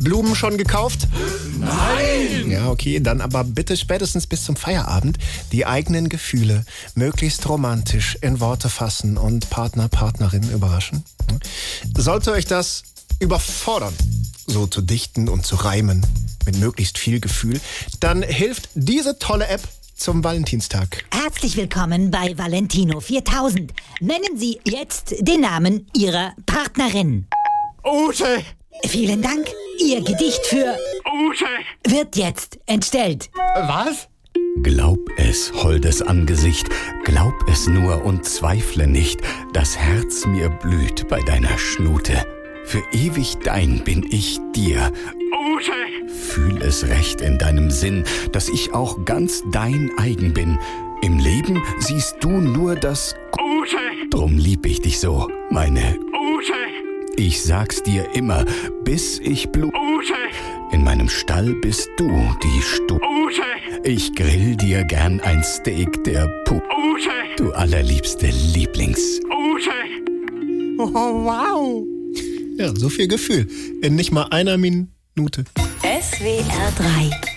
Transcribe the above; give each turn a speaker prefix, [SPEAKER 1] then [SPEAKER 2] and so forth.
[SPEAKER 1] Blumen schon gekauft?
[SPEAKER 2] Nein!
[SPEAKER 1] Ja, okay, dann aber bitte spätestens bis zum Feierabend die eigenen Gefühle möglichst romantisch in Worte fassen und Partner, Partnerin überraschen. Sollte euch das überfordern, so zu dichten und zu reimen mit möglichst viel Gefühl, dann hilft diese tolle App zum Valentinstag.
[SPEAKER 3] Herzlich willkommen bei Valentino 4000. Nennen Sie jetzt den Namen Ihrer Partnerin.
[SPEAKER 2] Ute!
[SPEAKER 3] Vielen Dank. Ihr Gedicht für
[SPEAKER 2] Ute!
[SPEAKER 3] wird jetzt entstellt.
[SPEAKER 2] Was?
[SPEAKER 4] Glaub es, holdes Angesicht, glaub es nur und zweifle nicht, das Herz mir blüht bei deiner Schnute. Für ewig dein bin ich dir.
[SPEAKER 2] Ute!
[SPEAKER 4] Fühl es recht in deinem Sinn, dass ich auch ganz dein eigen bin. Im Leben siehst du nur das, G-
[SPEAKER 2] Ute!
[SPEAKER 4] drum lieb ich dich so, meine.
[SPEAKER 2] Ute!
[SPEAKER 4] Ich sag's dir immer, bis ich blu.
[SPEAKER 2] Ute!
[SPEAKER 4] In meinem Stall bist du die Stu.
[SPEAKER 2] Ute!
[SPEAKER 4] Ich grill dir gern ein Steak der Pup.
[SPEAKER 2] Ute!
[SPEAKER 4] Du allerliebste Lieblings.
[SPEAKER 2] Ute!
[SPEAKER 1] Oh, wow. Ja, so viel Gefühl in nicht mal einer Minute.
[SPEAKER 5] SWR
[SPEAKER 3] R3.